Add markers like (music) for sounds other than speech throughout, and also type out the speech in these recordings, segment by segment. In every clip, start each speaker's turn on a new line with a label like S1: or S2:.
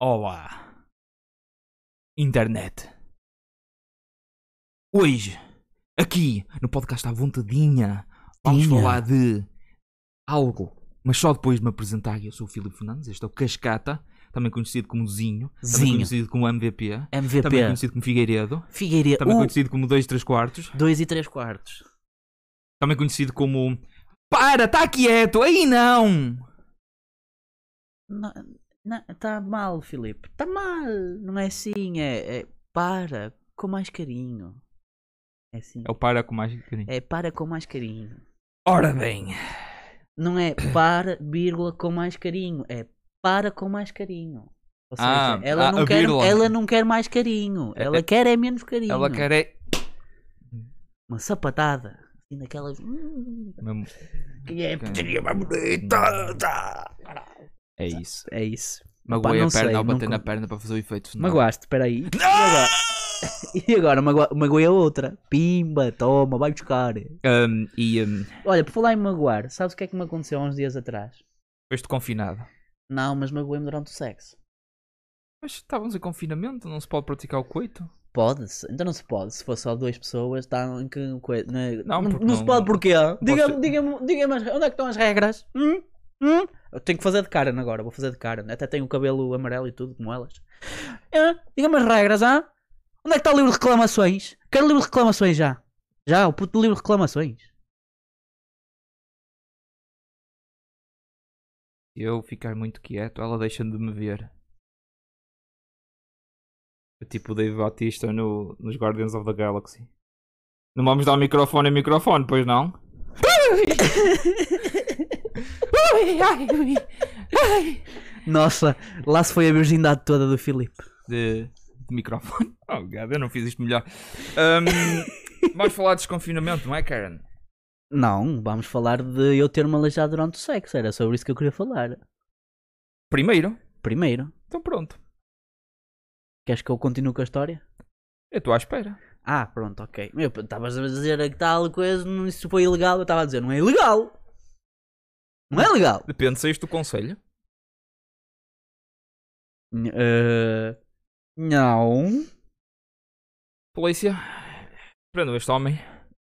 S1: Olá, internet. Hoje, aqui no podcast à vontadinha, vamos
S2: Tinha.
S1: falar de algo, mas só depois de me apresentar. Eu sou o Filipe Fernandes, este é o Cascata, também conhecido como Zinho, também
S2: Zinho.
S1: conhecido como MVP,
S2: MVP.
S1: também conhecido como Figueiredo,
S2: Figueiredo.
S1: também
S2: Uh,
S1: conhecido como 2 3 quartos,
S2: dois e três quartos.
S1: também conhecido como Para, tá quieto, aí não!
S2: Não, não, tá mal, Filipe. Tá mal. Não é assim. É, é para com mais carinho. É assim.
S1: É o Para com mais carinho.
S2: É para com mais carinho.
S1: Ora bem,
S2: Não é para, vírgula, com mais carinho. É para com mais carinho. Ou seja,
S1: Ah,
S2: ela,
S1: ah,
S2: não
S1: a
S2: quer,
S1: vírgula.
S2: ela não quer mais carinho.
S1: É-
S2: Ela quer é menos carinho.
S1: ela quer é.
S2: Uma sapatada. Assim, daquelas. hum,
S1: mesmo-
S2: Que é a
S1: Ok. Hum.
S2: putaria mais bonita. tá.
S1: É isso.
S2: É isso.
S1: Magoei
S2: não
S1: a perna
S2: sei,
S1: ao bater na
S2: nunca-
S1: perna para fazer o efeito final.
S2: Magoaste, peraí. E agora? (laughs) E agora magoa- magoei a outra. Pimba, toma, vai buscar.
S1: Ahm, e um,
S2: Olha, por falar em magoar, sabes o que é que me aconteceu há uns dias atrás?
S1: foste confinado.
S2: Não, mas magoei-me durante o sexo.
S1: Mas estávamos em confinamento, não se pode praticar o coito?
S2: Pode-se, então não se pode. Se for só duas pessoas, está em que coisa. Não,
S1: Não,
S2: não,
S1: porque
S2: não
S1: não-
S2: se pode porquê?
S1: ser-
S2: Diga-me, diga-me, diga-me, as- onde é que estão as regras? Hum? Hum? Eu tenho que fazer de Karen agora, vou fazer de Karen. Até tenho o cabelo amarelo e tudo, como elas. Hã? Diga-me as regras, hã? Onde é que está o livro de reclamações? Quero o livro de reclamações já. Já, o puto do livro de reclamações.
S1: Se eu ficar muito quieto, ela deixa de me ver. É Tipo o Dave Batista no, nos Guardians of the Galaxy. Não vamos dar microfone a microfone, pois
S2: (laughs)
S1: não? (laughs) Ui, ai, ui.
S2: Nossa, lá se foi a virgindade toda do Filipe.
S1: de, de microfone. (laughs) Oh, obrigado, eu não fiz isto melhor.
S2: (laughs)
S1: Ahm, vamos falar de desconfinamento, não é, Karen?
S2: Não, vamos falar de eu ter-me aleijado durante o sexo. Era sobre isso que eu queria falar.
S1: Primeiro,
S2: Primeiro,
S1: então pronto.
S2: queres que eu continue com a história?
S1: Eu estou à espera.
S2: Ah, pronto, ok. Meu, estavas a dizer que tal coisa, não- isso foi ilegal. Eu estava a dizer, não é ilegal. Não é legal.
S1: Depende se és do conselho.
S2: Eh, não,
S1: Polícia, prendam este homem.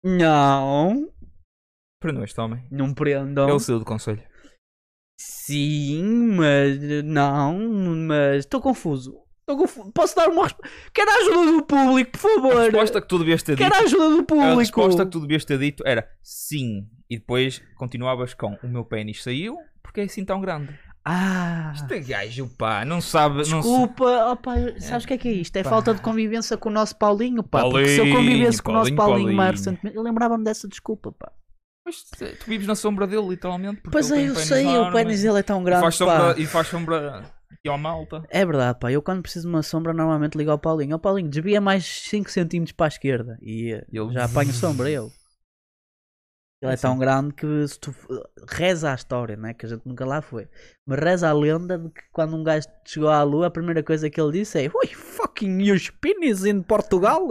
S2: não,
S1: Prendam este homem.
S2: não prendam.
S1: Ele saiu do conselho.
S2: Sim, mas não, mas estou confuso. Estou confuso. Posso dar uma resposta? Quero a ajuda do público, por
S1: A
S2: favor.
S1: resposta que tu devias ter
S2: Quero a
S1: dito.
S2: ajuda do
S1: A
S2: público.
S1: resposta que tu devias ter dito era sim. E depois continuavas com o meu pênis saiu porque é assim tão grande.
S2: Ah,
S1: Este gajo, pá, não sabe. Não
S2: desculpa. Opa, sabes o que é que é isto? É
S1: Pá.
S2: falta de convivência com o nosso Paulinho, pá. Porque se eu
S1: Paulinho,
S2: convivesse com o nosso
S1: Paulinho,
S2: Paulinho, mais
S1: Paulinho.
S2: recentemente, eu lembrava-me dessa desculpa, pá.
S1: Mas tu- tu vives na sombra dele, literalmente. Porque
S2: Pois
S1: ele
S2: é,
S1: tem
S2: eu
S1: pênis
S2: sei, o
S1: enorme.
S2: pênis dele é tão
S1: E
S2: grande,
S1: faz
S2: pá.
S1: sombra, e faz sombra aqui ao malta.
S2: É verdade, pá. Eu quando preciso de uma sombra, normalmente ligo ao Paulinho. Ó Paulinho, desvia mais 5 centímetros para a esquerda e eh,
S1: E ele-
S2: já apanho sombra eu. Ele é
S1: Assim.
S2: tão grande que se tu f- reza a história, né? Que a gente nunca lá foi. Mas reza a lenda de que quando um gajo chegou à lua, a primeira coisa que ele disse é Ui, fucking os penis in Portugal?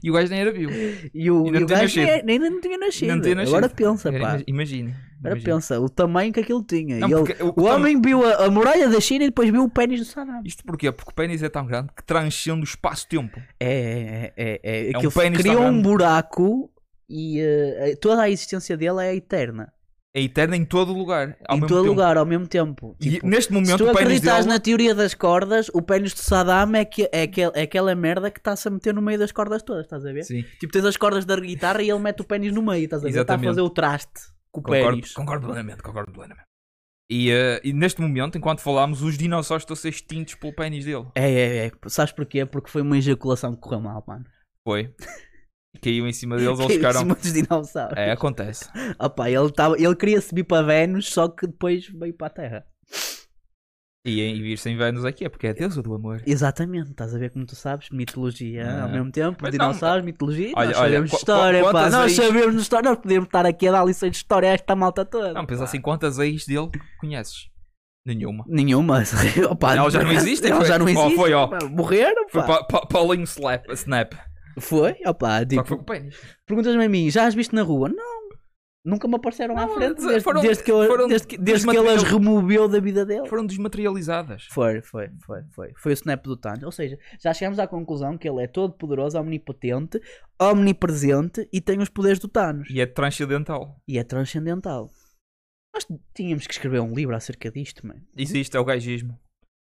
S1: E o gajo nem era viu.
S2: E o,
S1: Ainda
S2: e
S1: não
S2: o
S1: tinha
S2: gajo nem-
S1: nascido.
S2: nem, não tinha nascido.
S1: Não tinha nascido.
S2: Agora pensa,
S1: Era-
S2: pá.
S1: imagi- Imagina.
S2: Agora
S1: imagina.
S2: pensa, o tamanho que aquilo tinha.
S1: Não,
S2: E ele-
S1: porque o-
S2: o homem viu a, a muralha da China e depois viu o pênis do Saddam.
S1: Isto porquê? Porque o pênis é tão grande que transcende o espaço-tempo.
S2: É, é, é, é, é.
S1: um
S2: Aquilo
S1: pênis
S2: criou
S1: tão grande.
S2: um buraco e eh, toda a existência dele é eterna.
S1: É eterno em todo lugar. Ao
S2: em
S1: mesmo
S2: todo
S1: tempo.
S2: lugar, ao mesmo tempo.
S1: E
S2: Tipo,
S1: neste
S2: se
S1: momento
S2: tu
S1: o pênis
S2: acreditas
S1: dele...
S2: na teoria das cordas, o pênis do Saddam é, que, é, aquel- é aquela merda que está-se a meter no meio das cordas todas, estás a ver?
S1: Sim,
S2: Tipo, tens as cordas da guitarra e ele mete o pênis no meio, estás a ver? Está a
S1: Exatamente.
S2: fazer o traste com o
S1: concordo,
S2: pênis.
S1: concordo plenamente, concordo plenamente. E, eh, e neste momento, enquanto falámos, os dinossauros estão a ser extintos pelo pênis dele.
S2: É, é, é. Sabes porquê? Porque foi uma ejaculação que correu mal, mano.
S1: Foi. E Caiu em cima
S2: (laughs)
S1: deles, eles
S2: Caiu em
S1: ficaram...
S2: cima dos dinossauros.
S1: É, acontece.
S2: Opa, ele, tava, ele queria subir para Vênus, só que depois veio para a Terra.
S1: E, e vir sem Vênus aqui é porque é a deusa do amor.
S2: Exatamente, estás a ver como tu sabes, mitologia
S1: Ah.
S2: ao mesmo tempo,
S1: Mas
S2: dinossauros, mitologia,
S1: Olha,
S2: nós
S1: olha,
S2: sabemos
S1: qu- qu-
S2: história, pá,
S1: quantas
S2: nós
S1: ex-
S2: sabemos de história, nós podemos estar aqui a dar lições de história a esta malta toda.
S1: Não, pensa
S2: pá.
S1: assim, quantas ex dele conheces? Nenhuma.
S2: Nenhuma, (laughs) opa,
S1: Elas
S2: (laughs)
S1: já não existem,
S2: elas
S1: foi?
S2: já não
S1: Oh,
S2: existem,
S1: foi, ó.
S2: pá, morreram,
S1: Foi
S2: pá.
S1: pa, pa, Paulinho slap, Snap.
S2: Foi, opa,
S1: Só
S2: tipo,
S1: que foi com o pênis.
S2: perguntas-me a mim, já as viste na rua? Não. Nunca me apareceram à
S1: Não,
S2: frente
S1: se-
S2: desde,
S1: foram-
S2: desde que, eu-
S1: foram
S2: desde que, desde que ele
S1: desmaterial-
S2: as removeu da vida dele.
S1: Foram desmaterializadas.
S2: Foi, foi, foi, foi. Foi o snap do Thanos. Ou seja, já chegamos à conclusão que ele é todo poderoso, omnipotente, omnipresente e tem os poderes do Thanos.
S1: E é transcendental.
S2: E é transcendental. Nós tínhamos que escrever um livro acerca disto, mano.
S1: Existe, é o gajismo.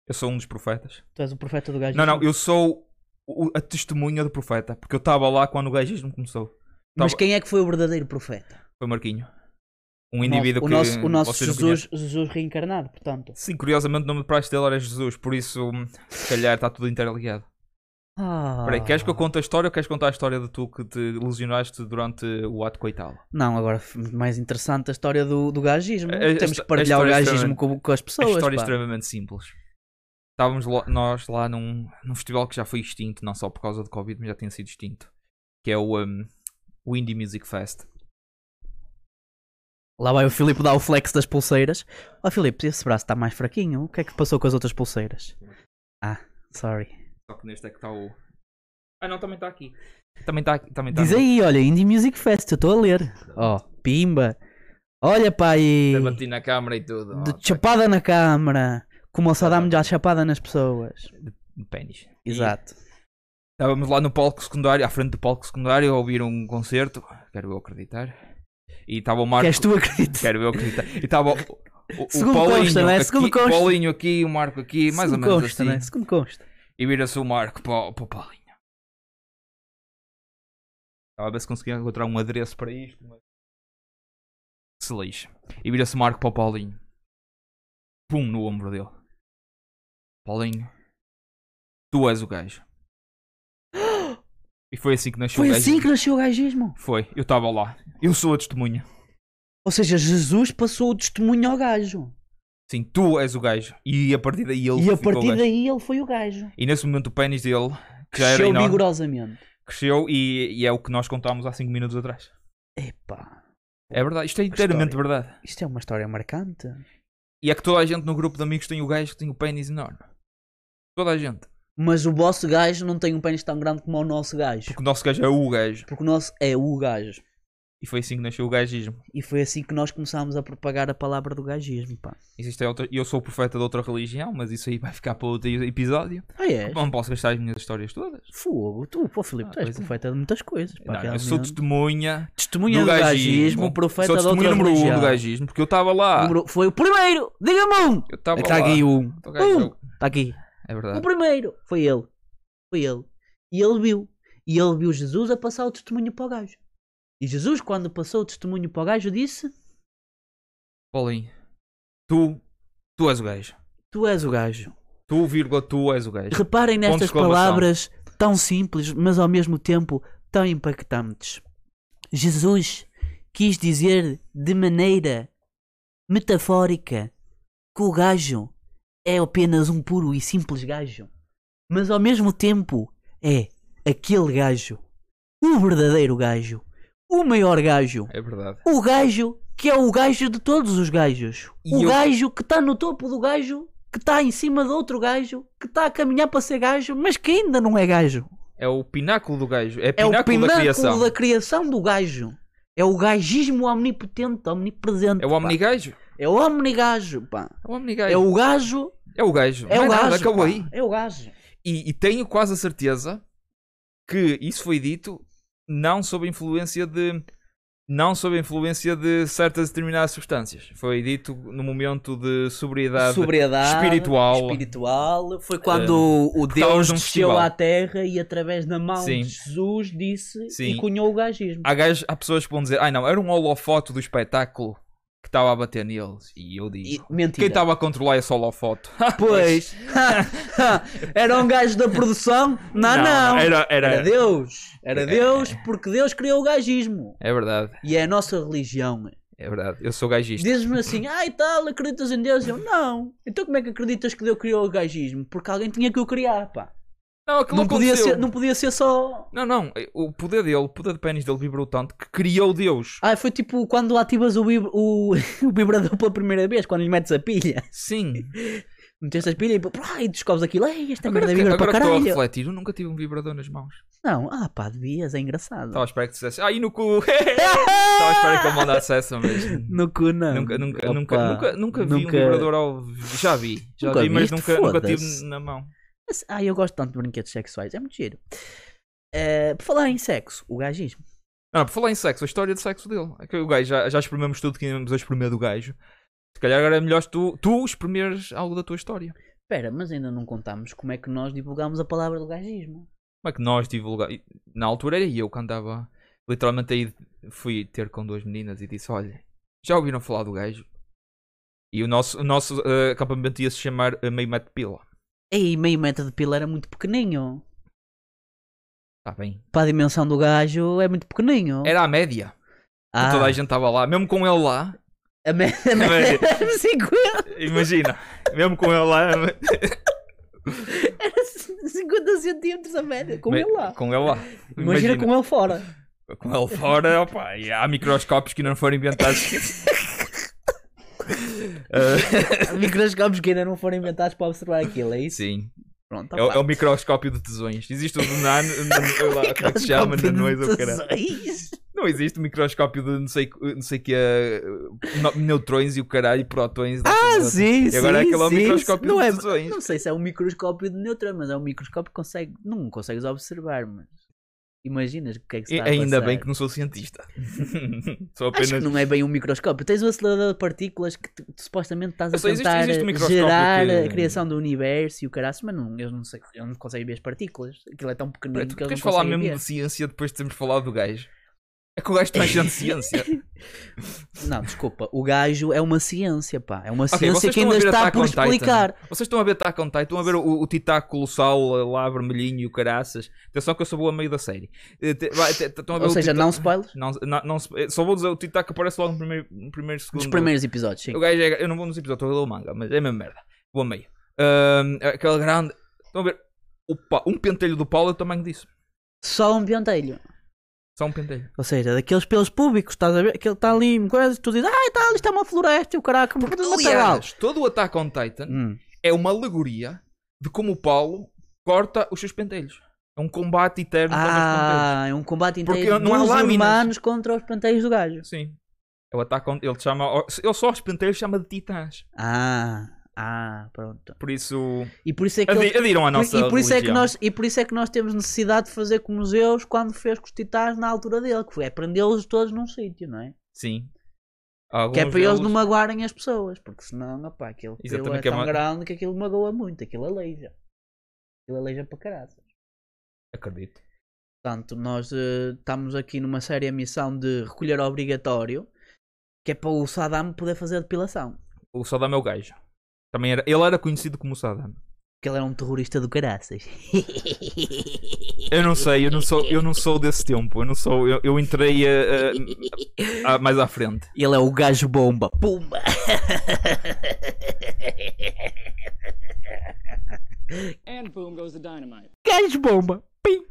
S1: Eu sou um dos profetas.
S2: Tu és o profeta do gajo.
S1: Não, não, eu sou o- a testemunha do profeta. Porque eu estava lá quando o gajismo começou.
S2: Mas
S1: tava-
S2: quem é que foi o verdadeiro profeta?
S1: Foi Marquinho. Um indivíduo
S2: o
S1: que.
S2: nosso, o nosso
S1: vocês não
S2: Jesus, Jesus reencarnado, portanto.
S1: Sim, curiosamente o nome de praxe dele era Jesus, por isso, hum, se calhar está tudo interligado.
S2: Ah.
S1: Peraí, queres que eu conte a história ou queres contar a história de tu que te ilusionaste durante o ato coitado?
S2: Não, agora f- mais interessante a história do, do gagismo.
S1: A- a
S2: Temos
S1: histó-
S2: que partilhar
S1: a
S2: o
S1: história
S2: gagismo
S1: extremamente-
S2: com, com as pessoas.
S1: a história é
S2: pá.
S1: extremamente simples. Estávamos lo- nós lá num, num festival que já foi extinto, não só por causa do Covid, mas já tinha sido extinto. Que é o, hum, o Indie Music Fest.
S2: Lá vai o Filipe dar o flex das pulseiras. Ó Filipe, esse braço está mais fraquinho. O que é que passou com as outras pulseiras? Ah, sorry.
S1: Só que neste é que está o. Ah não, também está aqui. Também está aqui. Também tá está
S2: Diz aí, olha, Indie Music Fest, eu estou a ler. Ó, pimba. Olha, pai.
S1: Eu Bati na câmara e tudo. Oh,
S2: De chapada na câmara. Como o Saddam já chapada nas pessoas.
S1: De um pênis.
S2: Exato.
S1: Estávamos lá no palco secundário, à frente do palco secundário, a ouvir um concerto, quero eu acreditar. E estava o Marco.
S2: Queres tu acreditar?
S1: Quero eu acreditar. E estava o, o,
S2: Segundo
S1: o Paulinho,
S2: consta, não é? Segundo
S1: aqui,
S2: consta.
S1: Paulinho aqui, o Marco aqui, mais
S2: Se
S1: ou
S2: me
S1: menos
S2: consta,
S1: assim.
S2: né? Se me consta.
S1: E vira-se o Marco para, o- para o Paulinho. Estava a ver se conseguia encontrar um adereço para isto. Mas... Se lixa. E vira-se o Marco para o Paulinho. Pum no ombro dele. Paulinho, tu és o gajo. E foi assim que nasceu
S2: Foi
S1: o gajo.
S2: assim que nasceu o gagismo.
S1: Foi, eu estava lá. Eu sou a testemunha.
S2: Ou seja, Jesus passou o testemunho ao gajo.
S1: Sim, tu és o gajo. E a partir daí ele
S2: e a
S1: ficou
S2: partir
S1: gajo.
S2: daí ele foi o gajo.
S1: E nesse momento o pênis dele, que já era
S2: Cresceu
S1: enorme,
S2: vigorosamente.
S1: cresceu e, e é o que nós contámos há 5 minutos atrás.
S2: Epá,
S1: É verdade, isto é inteiramente verdade.
S2: isto é uma história marcante.
S1: E é que toda a gente no grupo de amigos tem o gajo que tem o pênis enorme. Toda a gente.
S2: Mas o vosso gajo não tem um pênis tão grande como o nosso gajo.
S1: Porque o nosso gajo é o gajo.
S2: Porque o nosso é o gajo.
S1: E foi assim que nasceu o gajismo.
S2: E foi assim que nós começámos a propagar a palavra do gagismo, pá.
S1: Existe outra... Eu sou o profeta de outra religião, mas isso aí vai ficar para outro episódio.
S2: Ah, é?
S1: Não posso gastar as minhas histórias todas.
S2: Fogo. Tu, pô, Filipe,
S1: Ah,
S2: tu és
S1: pois é.
S2: profeta de muitas coisas, pá.
S1: Não, eu sou
S2: realmente.
S1: testemunha
S2: testemunha do gagismo, profeta
S1: sou
S2: de
S1: testemunha
S2: outra
S1: número um
S2: religião.
S1: do gagismo, porque eu estava lá.
S2: Número- Foi o primeiro! Diga-me um!
S1: Eu estava
S2: Está
S1: lá.
S2: aqui um.
S1: Então, gajo,
S2: Um! Está aqui.
S1: É
S2: O
S1: verdade.
S2: primeiro foi ele. Foi ele. E ele viu. E ele viu Jesus a passar o testemunho para o gajo. E Jesus, quando passou o testemunho para o gajo, disse:
S1: Paulinho, tu, tu és o gajo.
S2: Tu és o gajo.
S1: Tu, vírgula, tu és o gajo.
S2: Reparem
S1: de
S2: nestas
S1: exclamação.
S2: palavras tão simples, mas ao mesmo tempo tão impactantes. Jesus quis dizer de maneira metafórica que o gajo é apenas um puro e simples gajo, mas ao mesmo tempo é aquele gajo, o verdadeiro gajo, o maior gajo,
S1: É verdade.
S2: o gajo que é o gajo de todos os gajos.
S1: E
S2: o
S1: eu-
S2: gajo que está no topo do gajo, que está em cima de outro gajo, que está a caminhar para ser gajo, mas que ainda não é gajo.
S1: É o pináculo do gajo. É,
S2: É o
S1: pináculo da criação.
S2: pináculo da criação do gajo. É o gagismo omnipotente, omnipresente.
S1: É o
S2: pá.
S1: omnigajo.
S2: É o omnigajo, pá.
S1: É o omnigajo.
S2: É o gajo.
S1: É o gajo.
S2: É
S1: Não
S2: o
S1: nada,
S2: gajo.
S1: Acabou
S2: pá.
S1: aí.
S2: É o gajo.
S1: E, e tenho quase a certeza que isso foi dito não sob a influência de... Não sob a influência de certas determinadas substâncias. Foi dito no momento de sobriedade.
S2: Sobriedade.
S1: espiritual.
S2: espiritual. Foi quando o Deus
S1: estávamos num
S2: desceu
S1: festival.
S2: à terra e através da mão
S1: Sim.
S2: de Jesus disse
S1: Sim. Ah,
S2: e cunhou o gagismo.
S1: Há, gajos, há pessoas que vão dizer, ai não, era um holofoto do espetáculo que estava a bater neles. E eu digo,
S2: E- mentira.
S1: quem estava a controlar esse (laughs) holofoto?
S2: Pois. (laughs) era um gajo da produção? Não, não. Era,
S1: Era, era,
S2: Deus. Era
S1: É.
S2: Deus porque Deus criou o gagismo.
S1: É verdade,
S2: E é a nossa religião.
S1: é verdade. Eu sou gajista.
S2: Dizes-me assim, ai tal, acreditas em Deus? Eu, não. Então como é que acreditas que Deus criou o gagismo? Porque alguém tinha que o criar, pá.
S1: Não, aquilo
S2: Não podia,
S1: aconteceu.
S2: ser, não podia ser só...
S1: Não, não, o poder dele, o poder de pênis dele vibrou tanto que criou
S2: (laughs)
S1: Deus.
S2: Ah, foi tipo (laughs) quando ativas o, vib- o- o vibrador pela primeira vez, quando lhe metes a pilha.
S1: Sim.
S2: Meteste as pilhas e, pô, pá, e descobres aquilo. Ei, esta
S1: Agora,
S2: merda
S1: que,
S2: Então vibra
S1: agora
S2: para
S1: que estou a
S2: caralho.
S1: refletir, eu nunca tive um vibrador nas mãos.
S2: Não, ah pá, devias, é engraçado.
S1: Estava à espera que dissesse. Ai, no cu! (laughs) Estava à espera que ele mandasse essa, mas.
S2: No cu (laughs) não.
S1: Nunca, nunca,
S2: Opa,
S1: nunca, nunca, nunca vi um
S2: nunca-
S1: vibrador ao vivo. Já vi, já
S2: Nunca
S1: vi, mas
S2: viste?
S1: nunca, nunca
S2: Foda-se.
S1: tive na mão.
S2: Mas, Ah, eu gosto tanto de brinquedos sexuais, é muito giro. Eh, por falar em sexo, o gajismo.
S1: Não, por falar em sexo, a história de sexo dele. É que o gajo, já, já exprimimos tudo que íamos a exprimir do gajo. Se calhar agora é melhor tu, tu exprimeres algo da tua história.
S2: Espera, mas ainda não contámos como é que nós divulgámos a palavra do gajismo.
S1: Como é que nós divulgamos? Na altura era eu que andava. Literalmente aí fui ter com duas meninas e disse: Olha, já ouviram falar do gajo? E o nosso, o nosso eh, acampamento ia se chamar eh, Meio Mato Pila.
S2: Ei, meio metro de pila era muito pequeninho.
S1: Está tá bem.
S2: Para a dimensão do gajo é muito pequeninho.
S1: Era a média.
S2: Ah,
S1: Toda a gente estava lá. Mesmo com ele lá,
S2: a me- (laughs) a me- era 50,
S1: Imagina, mesmo com ele lá.
S2: era 50 centímetros a média, com
S1: me-
S2: ele lá.
S1: Com ele lá.
S2: Imagina, com ele fora.
S1: ele... fora, opa, e há microscópios que não foram
S2: (laughs)
S1: inventados. Ah,
S2: Microscópios que ainda não foram inventados para observar aquilo, é isso?
S1: sim,
S2: Pronto,
S1: (laughs) é, o- é o microscópio de tesões. Existe o de nano, sei lá, como é que se chama, nanões ou caralho. Não existe o microscópio de não sei, não sei que é, neutrões e o caralho, prótons. não sei
S2: Ah,
S1: o quê.
S2: sim,
S1: E agora é aquele
S2: sim,
S1: microscópio
S2: não
S1: de
S2: é-
S1: tesões.
S2: Não sei se é um microscópio de neutrão, mas é um microscópio que consegue, não consegues observar, mas imaginas o que é que se
S1: E
S2: está
S1: ainda
S2: a passar.
S1: bem que não sou cientista. (laughs) Sou
S2: Acho que
S1: apenas.
S2: não é bem um microscópio. Tens um acelerador de partículas que tu- tu supostamente estás a
S1: Só existe-
S2: tentar
S1: existe um microscópio
S2: gerar
S1: que-
S2: a criação do universo e o caraço, mas não, eles não, sei, eles não conseguem ver as partículas. Aquilo é tão pequenino
S1: Pera,
S2: que
S1: tu
S2: eles
S1: queres
S2: não
S1: falar
S2: conseguem
S1: mesmo
S2: ver.
S1: de ciência depois de termos falado do gajo? É que o gajo está cheio de ciência.
S2: (laughs) Não, desculpa. O gajo é uma ciência, pá. É uma
S1: Ok,
S2: ciência
S1: vocês
S2: que
S1: estão a
S2: ainda
S1: ver
S2: está
S1: Attack
S2: por
S1: on Titan.
S2: explicar.
S1: Vocês estão a ver Attack on Titan? Estão a ver o, o Titã Colossal lá vermelhinho e o caraças? Atenção que eu só vou a meio da série. Eh, te- vai, te- te- Estão a ver
S2: Ou
S1: o
S2: seja,
S1: Titã-
S2: não spoilers.
S1: Não, não, não se- eh, só vou dizer o Titã que aparece logo no primeiro, no primeiro segundo.
S2: Dos primeiros episódios, sim.
S1: O gajo é, eu não vou nos episódios, estou a ler o manga, mas é a mesma merda. Vou a meio. Ahm, aquele grande. Estão a ver? O pa- um pentelho do Paulo é o tamanho disso.
S2: Só um pentelho.
S1: Só um pentelho.
S2: Ou seja, daqueles pelos públicos, estás a ver? Aquele está ali, uma coisa, tu dizes, ah, está ali, está uma floresta, e o caraca, é material.
S1: Aliás, todo o Attack on Titan
S2: Hum.
S1: é uma alegoria de como o Paulo corta os seus pentelhos. É um combate eterno contra
S2: Ah, é um combate
S1: Porque
S2: inteiro
S1: não há
S2: dos
S1: lâminas.
S2: humanos contra os penteios do gajo.
S1: os pentelhos. Sim. Ele, tá com, ele, chama, ele só os penteiros chama de titãs.
S2: Ah, ah, pronto.
S1: Por isso.
S2: E por isso é que
S1: Adi,
S2: ele-
S1: adiram à
S2: por-
S1: nossa.
S2: e por isso é que
S1: religião.
S2: nós e por isso é que nós temos necessidade de fazer como os Zeus quando fez com os titãs na altura dele, que é prendê-los todos num sítio, não é?
S1: Sim.
S2: que é
S1: Alguns
S2: para eles
S1: deles-
S2: não magoarem as pessoas, porque senão, opá, aquilo aquilo é
S1: Exatamente, que é
S2: tão
S1: uma-
S2: grande que aquilo magoa muito, aquilo aleija. Aquilo aleija para caralho.
S1: Acredito.
S2: Portanto, nós eh, estamos aqui numa séria missão de recolher obrigatório, que é para o Saddam poder fazer depilação.
S1: O Saddam é o gajo. Também era, ele era conhecido como Saddam.
S2: Porque ele era um terrorista do caraças. (laughs)
S1: Eu não sei, eu não sou, eu não sou desse tempo. Eu não sou. Eu, eu entrei eh, eh, ah, mais à frente.
S2: Ele é o gajo bomba. (laughs) Pumba!
S3: And boom goes the dynamite.
S2: Gajo bomba! Pim!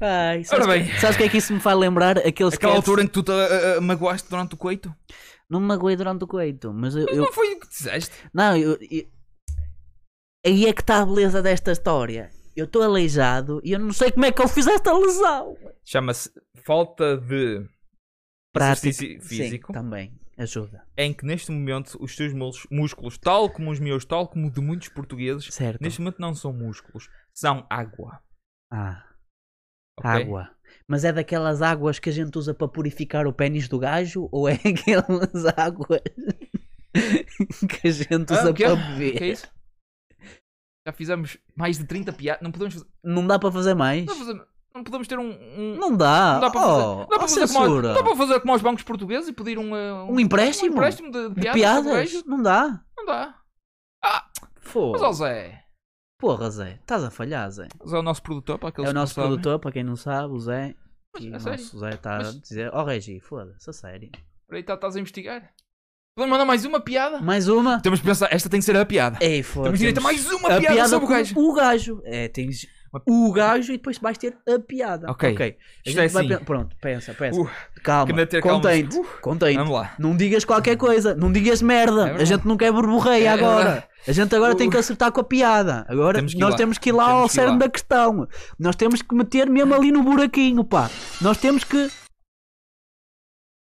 S2: Ai, sabes,
S1: Ora
S2: que, sabes o que é que isso me faz lembrar? Aqueles
S1: Aquela
S2: sketches-
S1: altura em que tu te ah, ah, magoaste durante o coito?
S2: Não me magoei durante o coito, mas eu. eu-
S1: Não foi o que disseste?
S2: Não, eu, eu- Aí é que está a beleza desta história. Eu estou aleijado e eu não sei como é que eu fiz esta lesão.
S1: chama-se falta de
S2: Prático.
S1: exercício físico,
S2: Sim, também. Ajuda.
S1: em que neste momento os teus mús- músculos, tal como os meus, tal como o de muitos portugueses,
S2: Certo.
S1: neste momento não são músculos, são água.
S2: Ah,
S1: ok?
S2: água. Mas é daquelas águas que a gente usa para purificar o pênis do gajo? Ou é (laughs) aquelas águas que a gente
S1: Ah,
S2: usa
S1: o quê?
S2: para
S1: O que é
S2: beber?
S1: isso? Já fizemos mais de 30 piadas. Não podemos fazer.
S2: Não dá para fazer mais?
S1: Não, podemos- não podemos ter um. um-
S2: Não dá.
S1: não dá para fazer,
S2: Oh,
S1: não dá para
S2: oh,
S1: fazer como,
S2: censura.
S1: não dá para fazer como aos bancos portugueses e pedir um, uh,
S2: Um empréstimo?
S1: um empréstimo de, de piadas.
S2: De
S1: para o
S2: piadas?
S1: gajo?
S2: Não dá.
S1: Não dá. Mas, ó
S2: Fogo.
S1: Zé,
S2: Porra, Zé. Estás a falhar, Zé.
S1: Zé é o nosso produtor. Para aqueles
S2: É o
S1: que não
S2: nosso
S1: sabem.
S2: produtor, para quem não sabe, o Zé.
S1: Mas,
S2: E
S1: a
S2: o
S1: sério?
S2: nosso Zé está a
S1: Mas-
S2: dizer: Ó, Regi, foda-se, a sério.
S1: Peraí, tá- estás a investigar? Podemos mandar mais uma piada?
S2: Mais uma?
S1: Temos de pensar, esta tem que ser a piada.
S2: Ei, foda-se.
S1: Temos direito a mais uma piada, sobre o
S2: com
S1: gajo.
S2: O gajo. É, tens
S1: Uma-
S2: o gajo e depois vais ter a piada.
S1: Ok.
S2: A
S1: Isto é
S2: gente vai
S1: assim.
S2: pen- Pronto, pensa, pensa.
S1: Uh, que
S2: calma.
S1: ainda ter calma.
S2: contente.
S1: Uh,
S2: contente.
S1: Vamos lá.
S2: Não digas qualquer coisa. Não digas merda.
S1: É
S2: a
S1: verdade.
S2: gente não quer borborreia
S1: É
S2: agora.
S1: verdade.
S2: A gente agora tem que acertar com a piada. Agora
S1: Temos que ir
S2: nós
S1: lá.
S2: temos que ir lá
S1: Temos
S2: ao
S1: que ir lá.
S2: cerne da questão. Nós temos que meter mesmo ali no buraquinho, pá. Nós temos que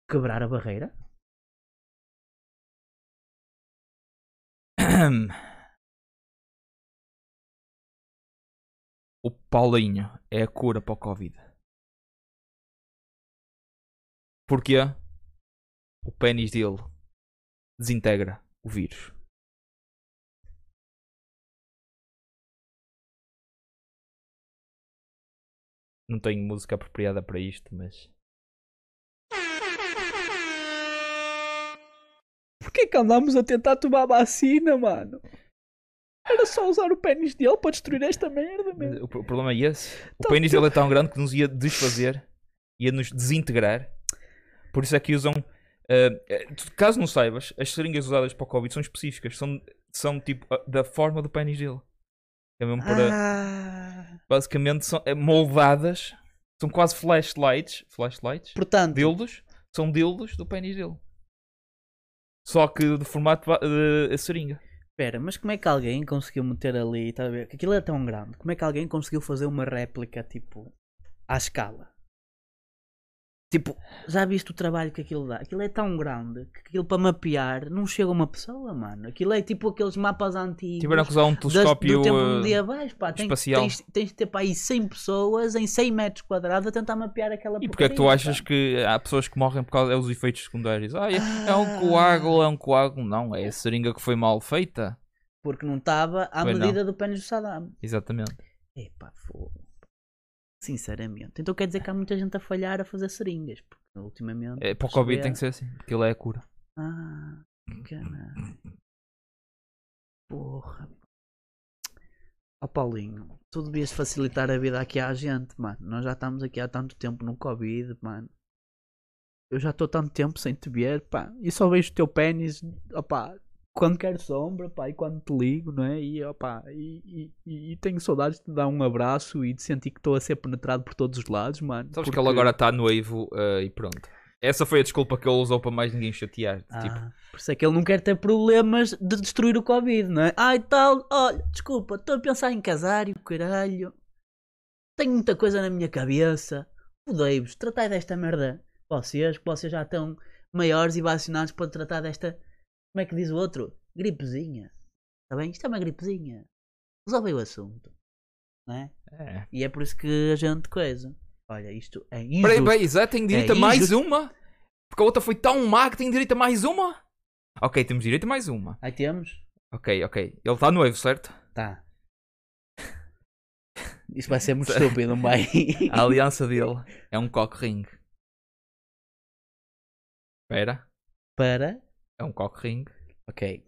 S2: quebrar a barreira.
S1: (clears throat) O Paulinho é a cura para o Covid. Porquê? O pênis dele desintegra o vírus. Não tenho música apropriada para isto, mas.
S2: Porquê que andámos a tentar tomar vacina, mano? Era só usar o pênis dele para destruir esta merda,
S1: Mas O pro- o problema é esse. O
S2: Então,
S1: pênis
S2: tu-
S1: dele é tão grande que nos ia desfazer, ia nos desintegrar. Por isso é que usam. eh, eh, tu- caso não saibas, as seringas usadas para o Covid são específicas, são, são tipo a- da forma do pênis dele. É mesmo para,
S2: Ah,
S1: Basicamente são é, moldadas, são quase flashlights. Flashlights?
S2: portanto,
S1: Dildos? São dildos do pênis dele. Só que de formato ba- de, de seringa.
S2: espera, mas como é que alguém conseguiu meter ali, tá a ver? Que aquilo é tão grande. Como é que alguém conseguiu fazer uma réplica, tipo, à escala? Tipo, já viste o trabalho que aquilo dá? Aquilo é tão grande que aquilo para mapear não chega a uma pessoa, mano. Aquilo é tipo aqueles mapas antigos.
S1: Tiveram que usar um
S2: das-
S1: telescópio.
S2: do tempo
S1: eh,
S2: medievais, pá. Tem,
S1: espacial.
S2: Tens, tens de ter para aí 100 pessoas em 100 metros quadrados a tentar mapear aquela
S1: E porque é que tu
S2: porcaria,
S1: achas
S2: pá.
S1: que há pessoas que morrem por causa dos efeitos secundários? Ah, é, é um coágulo, é um coágulo. Não, é a seringa que foi mal feita.
S2: Porque não estava à
S1: Pois não.
S2: medida do pênis do Saddam.
S1: Exatamente.
S2: Epá, fogo. Sinceramente. Então quer dizer que há muita gente a falhar a fazer seringas. Porque ultimamente.
S1: É, para o Covid tem que ser assim, porque ele é a cura.
S2: Ah, caralho. Porra. Ó Paulinho, tu devias facilitar a vida aqui à gente, mano. Nós já estamos aqui há tanto tempo no Covid, mano. Eu já estou tanto tempo sem te ver, pá. E só vejo o teu pênis, opá, quando quero sombra, pá, e quando te ligo, não é? E, opá, e, e- e- e tenho saudades de te dar um abraço e de sentir que estou a ser penetrado por todos os lados, mano.
S1: Sabes que
S2: porque-
S1: ele agora está noivo eh, e pronto. Essa foi a desculpa que ele usou para mais ninguém chatear.
S2: Ah,
S1: Tipo,
S2: por isso é que ele não quer ter problemas de destruir o Covid, não é? Ai tal, olha, desculpa, estou a pensar em casar e o caralho. Tenho muita coisa na minha cabeça. Fudei-vos, tratai desta merda. Vocês, que vocês já estão maiores e vacinados para tratar desta. Como é que diz o outro? Gripezinha. Está bem? Isto é uma gripezinha. Resolvem o assunto. Não é?
S1: é.
S2: E é por isso que a gente coisa. Olha, isto é injusto.
S1: Peraí, peraí, Zé, tem direito
S2: É
S1: a mais
S2: injusto.
S1: uma? Porque a outra foi tão má que tem direito a mais uma? Ok, temos direito a mais uma.
S2: Aí temos.
S1: Ok, ok. Ele está noivo, certo? (laughs)
S2: Tá. Isso vai ser muito
S1: Tá.
S2: estúpido,
S1: (laughs)
S2: não vai?
S1: A aliança dele é um cock ring. Espera.
S2: Para.
S1: É um cock ring
S2: Ok.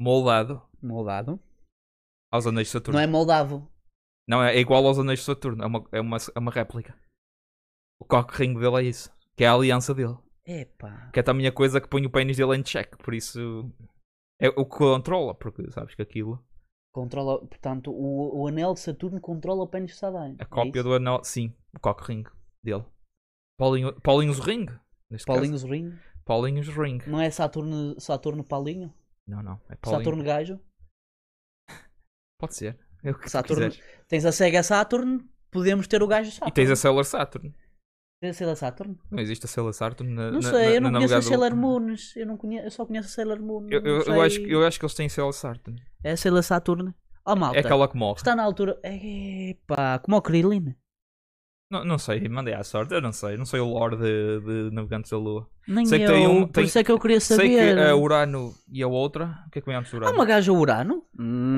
S1: moldado
S2: Moldado.
S1: aos anéis de Saturno.
S2: Não é moldavo.
S1: Não, é igual aos anéis de Saturno, é uma, é uma, é uma réplica. O cock ring dele é isso, que é a aliança dele.
S2: Epá.
S1: Que é também a coisa que põe o pênis dele em check, por isso é o que controla, porque sabes que aquilo,
S2: Controla. Portanto, o, o anel de Saturno controla é o pênis de Saturno.
S1: a é cópia do anel, sim, o cock ring dele. Paulinho, Paulinho's ring, neste
S2: Paulinho Zorinho.
S1: caso. Paulinho's ring.
S2: Não é Saturno, Saturno Paulinho?
S1: Não, não, é Paulinho.
S2: Saturno Gajo?
S1: Pode ser. É o que tu
S2: Saturno.
S1: quiseres.
S2: Tens a Sega Saturn, podemos ter o gajo
S1: E
S2: Saturn.
S1: tens a Sailor Saturn.
S2: Tens a Sailor Saturn?
S1: Não existe a Sailor Saturn na
S2: Não
S1: na-
S2: sei,
S1: na-
S2: eu não
S1: na
S2: conheço a
S1: navegada-
S2: Sailor Moons. Eu, não conheço, eu só conheço a Sailor Moon.
S1: Eu, eu,
S2: não
S1: eu acho,
S2: sei.
S1: que- eu acho que eles têm Sailor Saturn.
S2: É a Sailor Saturn. Oh, malta.
S1: É aquela que morre.
S2: Está na altura. Epá, como o Krillin.
S1: Não, não sei, mandei à sorte, eu não sei, não sei o lore de, de Navegantes da Lua.
S2: Nem
S1: Sei que
S2: eu.
S1: tem um-
S2: Por
S1: tem-
S2: isso é que eu queria
S1: Sei
S2: saber.
S1: que a Urano e a outra, o que é que vem antes do
S2: Há
S1: Urano?
S2: uma gaja Urano?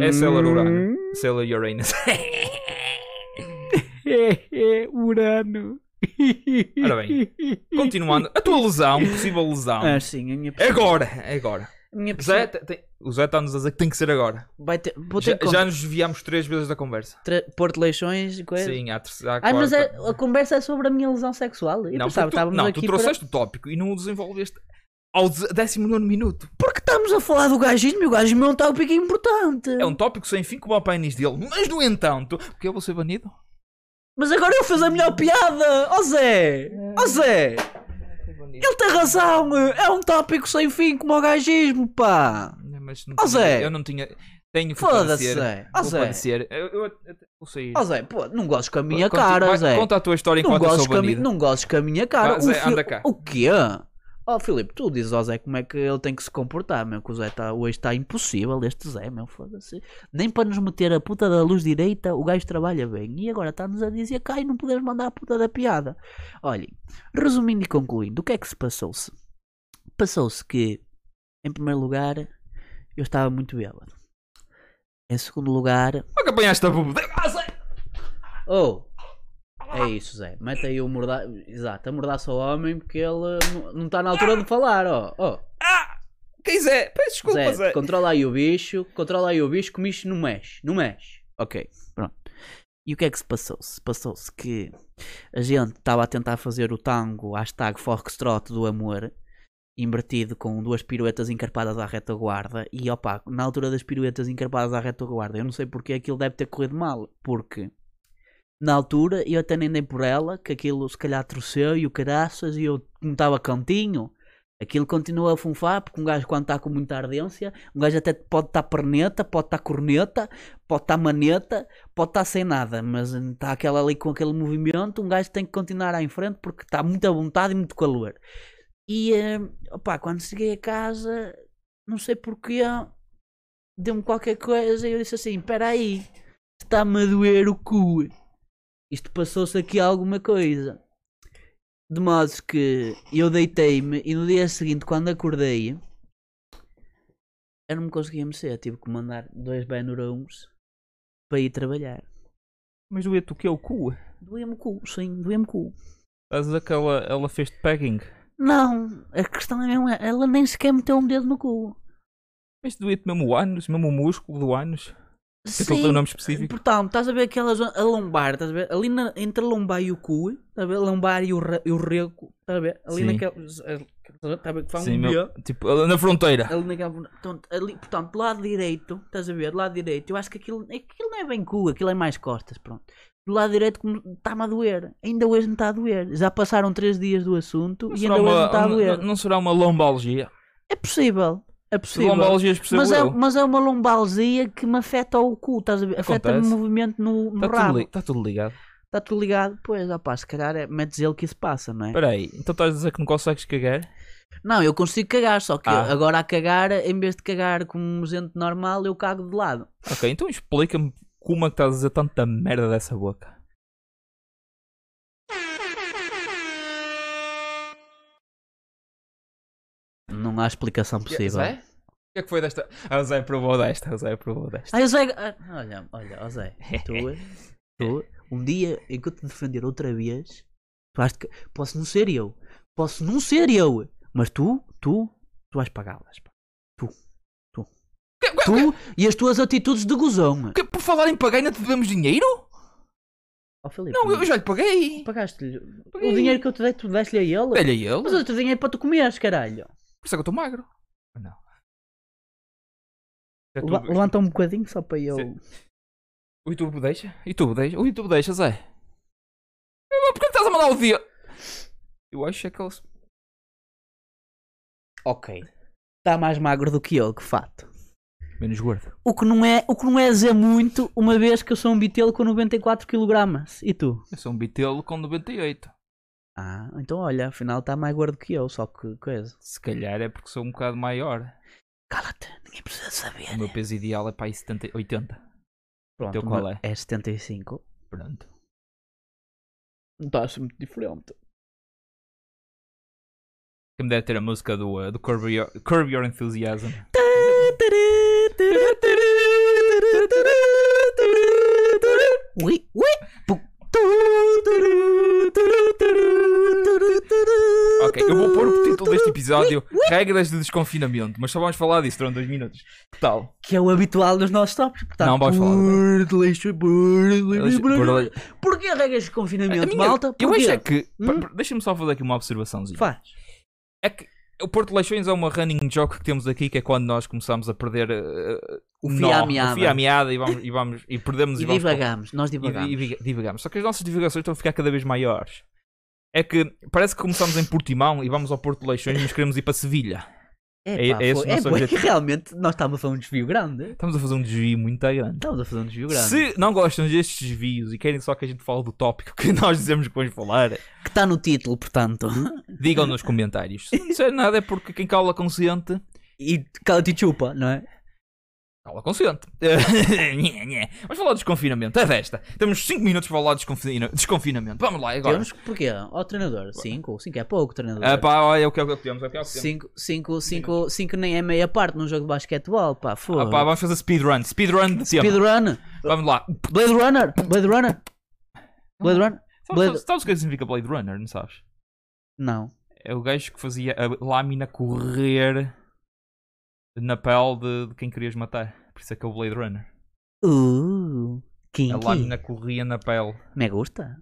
S1: É Sailor Urano.
S2: Hum,
S1: Sailor Uranus. (laughs)
S2: É, é Urano.
S1: Ora bem, continuando, a tua lesão, possível lesão.
S2: Ah, sim, a minha
S1: É agora, é agora.
S2: A minha pessoa
S1: Zé, te- tem- o Zé está-nos a dizer que tem que ser agora.
S2: vai ter. Vou ter
S1: Já,
S2: que com...
S1: já nos desviámos três vezes da conversa.
S2: tra- Porto Leixões e coisa.
S1: Sim, à terceira, à
S2: Ah, mas
S1: quarta.
S2: a, a conversa é sobre a minha lesão sexual. Eu
S1: Não,
S2: pensava,
S1: porque tu,
S2: estávamos
S1: não, tu
S2: aqui
S1: trouxeste o tópico e não o desenvolveste ao 19 minuto.
S2: para... Porque estamos a falar do gajismo e o gajismo é um tópico importante.
S1: É um tópico sem fim como o painéis dele. Mas, no entanto, porque eu vou ser banido?
S2: Mas agora eu fiz a melhor piada! Ó Zé! Ó Zé! Ele tem razão! meu. É um tópico sem fim como o gajismo, pá!
S1: Não, Né, mas não
S2: Ó,
S1: tinha-
S2: Zé!
S1: eu não tinha. Tenho que
S2: Foda-se,
S1: padecer.
S2: Zé. Ó,
S1: Vou
S2: Zé.
S1: padecer. Eu, eu, eu vou sair.
S2: Ó, Zé, pô, não gozes com a minha
S1: Conti-
S2: cara,
S1: vai,
S2: Zé.
S1: Conta a tua história
S2: Não
S1: enquanto eu
S2: gozes,
S1: sou
S2: com a, mi-
S1: banido.
S2: não gozes com a minha cara.
S1: Vá, Zé,
S2: o, Fi-
S1: anda cá.
S2: o quê? Ó, Filipe, tu dizes ao Zé como é que ele tem que se comportar, meu. Que o Zé tá, hoje está impossível, este Zé, meu. Foda-se. Nem para nos meter a puta da luz direita, o gajo trabalha bem. E agora está-nos a dizer cá e não podemos mandar a puta da piada. Olhem, resumindo e concluindo, o que é que se passou-se? Passou-se que, em primeiro lugar, eu estava muito bêbado. Em segundo lugar,
S1: Como é que apanhaste a bebida? Ah, Zé!
S2: Oh! É isso, Zé. Mete aí o mordaço. Exato, amordaça o homem porque ele n- não está na altura de falar, ó. Oh,
S1: Ah! Quem Zé? Peço desculpa,
S2: Zé,
S1: Zé.
S2: controla aí o bicho, controla aí o bicho, que o bicho não mexe, não mexe. Ok, pronto. E o que é que se passou-se? Passou-se que a gente estava a tentar fazer o tango hashtag Foxtrot do amor invertido com duas piruetas encarpadas à retaguarda e opa, na altura das piruetas encarpadas à retaguarda, eu não sei porque aquilo deve ter corrido mal, porque na altura eu até nem dei por ela, que aquilo se calhar torceu e o caraças e eu como estava cantinho, aquilo continua a funfar, porque um gajo quando está com muita ardência, um gajo até pode estar perneta, pode estar corneta, pode estar maneta, pode estar sem nada, mas hum, está aquela ali com aquele movimento, um gajo tem que continuar à em frente porque está muita vontade e muito calor. E, eh, opá, quando cheguei a casa, não sei porquê, deu-me qualquer coisa e eu disse assim: espera aí, está-me a doer o cu. Isto passou-se aqui alguma coisa. De modo que eu deitei-me e no dia seguinte, quando acordei, eu não me conseguia mexer. Tive que mandar dois Benurons para ir trabalhar.
S1: Mas doía-te o que é o cu?
S2: Doía-me o cu, sim, doía-me o cu.
S1: Mas aquela, ela fez-te pegging.
S2: Não, a questão é mesmo, ela nem sequer meteu um dedo no cu.
S1: Mas doía-te mesmo o ânus, mesmo o músculo do ânus. Que aquele tem um
S2: Sim,
S1: nome específico.
S2: Portanto, estás a ver aquela zona, a lombar, estás a ver? Ali na- entre a lombar e o cu, estás a ver? A lombar e o, re- e o rego, estás a ver? Ali
S1: Sim.
S2: naquela. Estás a ver? Que faz um
S1: Sim,
S2: B,
S1: meu, tipo, ela na fronteira.
S2: Ali naquela. Portanto, ali, portanto, do lado direito, estás a ver? Do lado direito, eu acho que aquilo, aquilo não é bem cu, aquilo é mais costas, pronto. Do lado direito como- está-me a doer. Ainda hoje me está a doer. Já passaram três dias do assunto
S1: Não
S2: e
S1: será
S2: ainda hoje me
S1: uma-
S2: está a
S1: não-
S2: doer.
S1: não- não será uma lombalgia?
S2: É possível. É possível.
S1: Lombalgias percebo
S2: Mas é,
S1: eu.
S2: mas é uma lombalgia que me afeta o cu, estás a ver? Afeta-me o
S1: Acontece.
S2: movimento no, no
S1: Está tudo,
S2: rabo.
S1: li- tá tudo ligado.
S2: Está tudo ligado? Pois, rapaz, se calhar é, metes ele que isso passa, não é?
S1: Espera aí, então estás a dizer que não consegues cagar?
S2: Não, eu consigo cagar, só que
S1: Ah.
S2: agora a cagar, em vez de cagar como um gente normal, eu cago de lado.
S1: Ok, então explica-me como é que estás a dizer tanta merda dessa boca.
S2: Não há explicação possível.
S1: Zé? O que é que foi desta? Ah, o Zé provou desta, o Zé provou desta.
S2: Ah, o Zé. ah, Olha, olha, ó Zé, (laughs) tu, tu, (laughs) um dia em que eu te defender outra vez, tu has de ca- posso não ser eu, posso não ser eu, mas tu, tu, tu vais pagá-las. pá. Tu, tu, tu e as tuas atitudes de gozão.
S1: Que- por falar em pagar ainda te devemos dinheiro?
S2: Ó Filipe,
S1: Não, eu já lhe paguei.
S2: pagaste-lhe o
S1: Paguei.
S2: dinheiro que eu te dei, tu deste-lhe a ele.
S1: Olha ele,
S2: Mas eu te dei dinheiro para tu comeres, caralho.
S1: por isso é que eu estou magro. Ah, Não. É
S2: Leva-
S1: tudo-
S2: Levanta um bocadinho só para eu.
S1: Sim. O YouTube deixa? O YouTube deixa? O YouTube deixa, Zé. Eu- Por que estás a mandar o dia? Eu acho é que ele...
S2: Ok. Está mais magro do que eu, de fato.
S1: Menos gordo.
S2: O que não é, o que não é dizer muito, uma vez que eu sou um bitelo com 94 kg. E tu?
S1: Eu sou um bitelo com 98.
S2: Ah, então olha, afinal está mais gordo que eu, só que coisa.
S1: Se calhar é porque sou um bocado maior.
S2: Cala-te, ninguém precisa saber.
S1: O meu peso ideal é para aí 70, 80.
S2: Pronto,
S1: teu
S2: o meu
S1: qual é?
S2: É 75.
S1: Pronto.
S2: Está-se muito diferente.
S1: Que me deve ter a música do, uh, do Curb, Your, Curb Your Enthusiasm.
S2: Ui, ui!
S1: Ok, eu vou pôr o título deste episódio Regras de Desconfinamento, mas só vamos falar disso durante dois minutos. Que tal?
S2: Que é o habitual nos nossos tops. Portanto,
S1: Não vamos falar
S2: Por delícia, por delícia, por
S1: Por-
S2: delícia. Porquê regras de confinamento,
S1: A minha-
S2: malta?
S1: Eu acho é
S2: Porquê?
S1: que.
S2: Hum?
S1: pa- pa- Deixa-me só fazer aqui uma observaçãozinha.
S2: Faz.
S1: É que o Porto Leixões é uma running joke que temos aqui, que é quando nós começamos a perder uh,
S2: O
S1: nó,
S2: fio à meada.
S1: o fio à meada e, vamos, e, vamos, e perdemos
S2: E
S1: vamos para o
S2: divagamos, nós
S1: e-
S2: divagamos.
S1: e diga- divagamos. Só que as nossas divagações estão a ficar cada vez maiores. É que parece que começamos em Portimão e vamos ao Porto de Leixões, mas queremos ir para Sevilha. É-
S2: pá,
S1: é esse
S2: foi-
S1: o nosso
S2: bué,
S1: objetivo.
S2: realmente nós estávamos a fazer um desvio grande.
S1: Estamos a fazer um desvio muito grande.
S2: Estávamos a fazer um desvio grande.
S1: Se não gostam destes desvios e querem só que a gente fale do tópico que (laughs) nós dizemos que vamos falar,
S2: Que está no título, portanto.
S1: digam nos comentários. Se não disser nada é porque quem cala consciente,
S2: E cala-te e chupa, não é?
S1: cala consciente. Nhé, nhé. vamos falar do desconfinamento. É desta. Temos 5 minutos para falar do desconfina- desconfinamento. Vamos lá, agora.
S2: Temos que- porquê? Ó treinador, 5, 5 é pouco, treinador.
S1: Ah, pá, olha, é o que é o que temos, é o que é o que temos.
S2: 5 cinco, cinco, cinco nem é meia parte num jogo de basquetebol, pá, foda.
S1: Ah, pá, vamos fazer speedrun. Speedrun de tema.
S2: Speedrun,
S1: Vamos lá.
S2: Blade Runner, Blade Runner,
S1: Hum.
S2: Blade Runner,
S1: Sabes,
S2: Blade-
S1: sabes- sabes o que significa Blade Runner, não sabes?
S2: não.
S1: É o gajo que fazia a lâmina correr na pele de, de quem querias matar. Por isso é que é o Blade Runner.
S2: Uh,
S1: A
S2: kinky,
S1: lâmina corria É na pele.
S2: me gusta.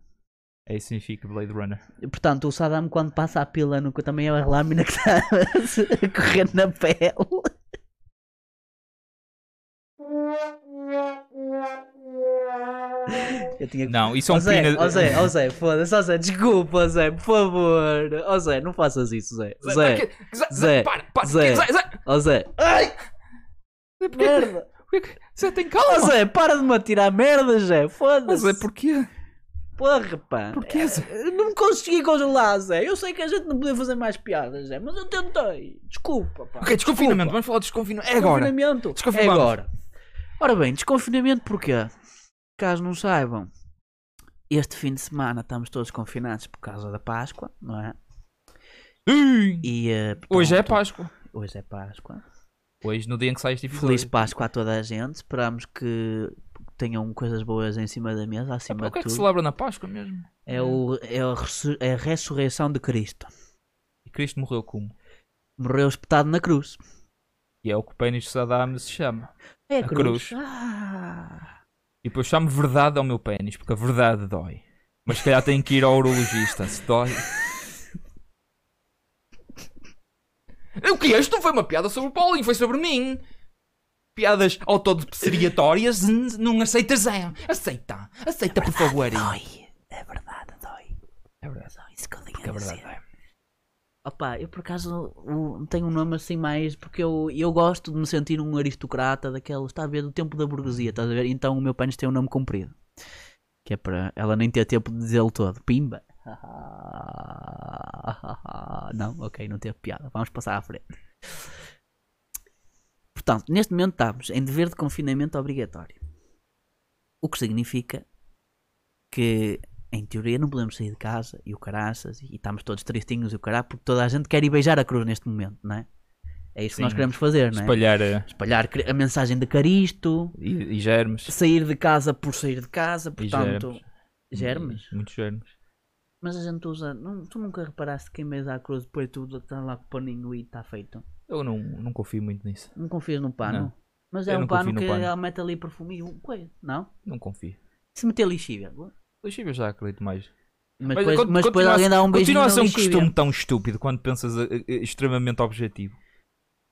S1: É isso que significa Blade Runner.
S2: Portanto, o Saddam quando passa a pila no cu também é a lâmina que (laughs) está a correr na pele. Eu tinha que
S1: Não, isso é
S2: Ó
S1: um
S2: Zé,
S1: pina-
S2: ó Zé, ó Zé, foda-se, ó Zé, desculpa, ó Zé, por favor. Ó Zé, não faças isso, Zé.
S1: Zé,
S2: Zé,
S1: que- que- Zé,
S2: Zé,
S1: Zé, para, para,
S2: Zé.
S1: que- Zé, Zé,
S2: ó Zé. Ai,
S1: Zé, porquê-
S2: merda.
S1: porquê que- Zé, tem
S2: Ó
S1: calma.
S2: Zé, para de me atirar merda, Zé,
S1: Mas
S2: foda-se.
S1: Zé, É. porquê?
S2: Porra, pá.
S1: Porquê, Zé?
S2: Eu Não me consegui congelar, Zé. Eu sei que a gente não podia fazer mais piadas, Zé, mas eu tentei. Desculpa, pá.
S1: Ok, desconfinamento, vamos falar de desconfinamento. É agora.
S2: Desconfinamento. É
S1: Desconfinamos.
S2: agora. Ora bem, desconfinamento porquê? Caso não saibam, este fim de semana estamos todos confinados por causa da Páscoa, não é?
S1: Sim.
S2: E, eh,
S1: Hoje é
S2: pronto,
S1: Páscoa.
S2: Hoje é Páscoa.
S1: Hoje, no dia em que sai este episódio.
S2: Feliz Páscoa a toda a gente. Esperamos que tenham coisas boas em cima da mesa, acima
S1: O que
S2: de
S1: é que se
S2: tudo.
S1: celebra na Páscoa mesmo?
S2: É, o, é, a ressu- é a ressurreição de Cristo.
S1: E Cristo morreu como?
S2: Morreu espetado na cruz.
S1: E é o que o pênis de Saddam se chama.
S2: É
S1: A cruz.
S2: Ah.
S1: E depois chamo verdade ao meu pênis, porque a verdade dói. Mas se calhar tenho que ir ao urologista, se dói. O que é? Isto não foi uma piada sobre o Paulinho, foi sobre mim. Piadas autodepreciatórias, n- não aceitas, Zé. Aceita, aceita, por favor.
S2: Dói. É verdade, dói.
S1: É verdade,
S2: Dói, isso que eu
S1: porque
S2: tinha
S1: é
S2: a
S1: verdade.
S2: dizer.
S1: dói.
S2: Opa, eu por acaso o- tenho um nome assim mais porque eu, eu gosto de me sentir um aristocrata daquele, está a ver, do tempo da burguesia, estás a ver? Então o meu pênis tem um nome comprido. Que é para ela nem ter tempo de dizê-lo todo. Pimba! (laughs) Não, ok, não teve piada. Vamos passar à frente. Portanto, neste momento estamos em dever de confinamento obrigatório. O que significa que em teoria não podemos sair de casa e o caraças e estamos todos tristinhos e o cará porque toda a gente quer ir beijar a cruz neste momento, não é? É isso que
S1: Sim.
S2: nós queremos fazer, não é?
S1: Espalhar eh,
S2: Espalhar cri- a mensagem de Caristo,
S1: e, e germes.
S2: sair de casa por sair de casa,
S1: E
S2: portanto. Germes?
S1: Muitos germes.
S2: Mas a gente usa. Não, tu nunca reparaste que quem beija a cruz depois tudo está lá com o paninho e está feito.
S1: Eu não, não confio muito nisso.
S2: Não confias no pano.
S1: Não.
S2: Mas
S1: Eu
S2: é um
S1: não confio
S2: pano
S1: no
S2: que
S1: pano.
S2: ela mete ali perfume e um coisa. Não?
S1: Não confio.
S2: Se meter lixívia. Mas,
S1: Deixa eu ver já acredito mais.
S2: depois,
S1: con-
S2: mas depois
S1: continua a-
S2: alguém dá um beijinho
S1: Continua a
S2: na
S1: ser um
S2: lixívia.
S1: costume tão estúpido quando pensas eh, eh, extremamente objetivo.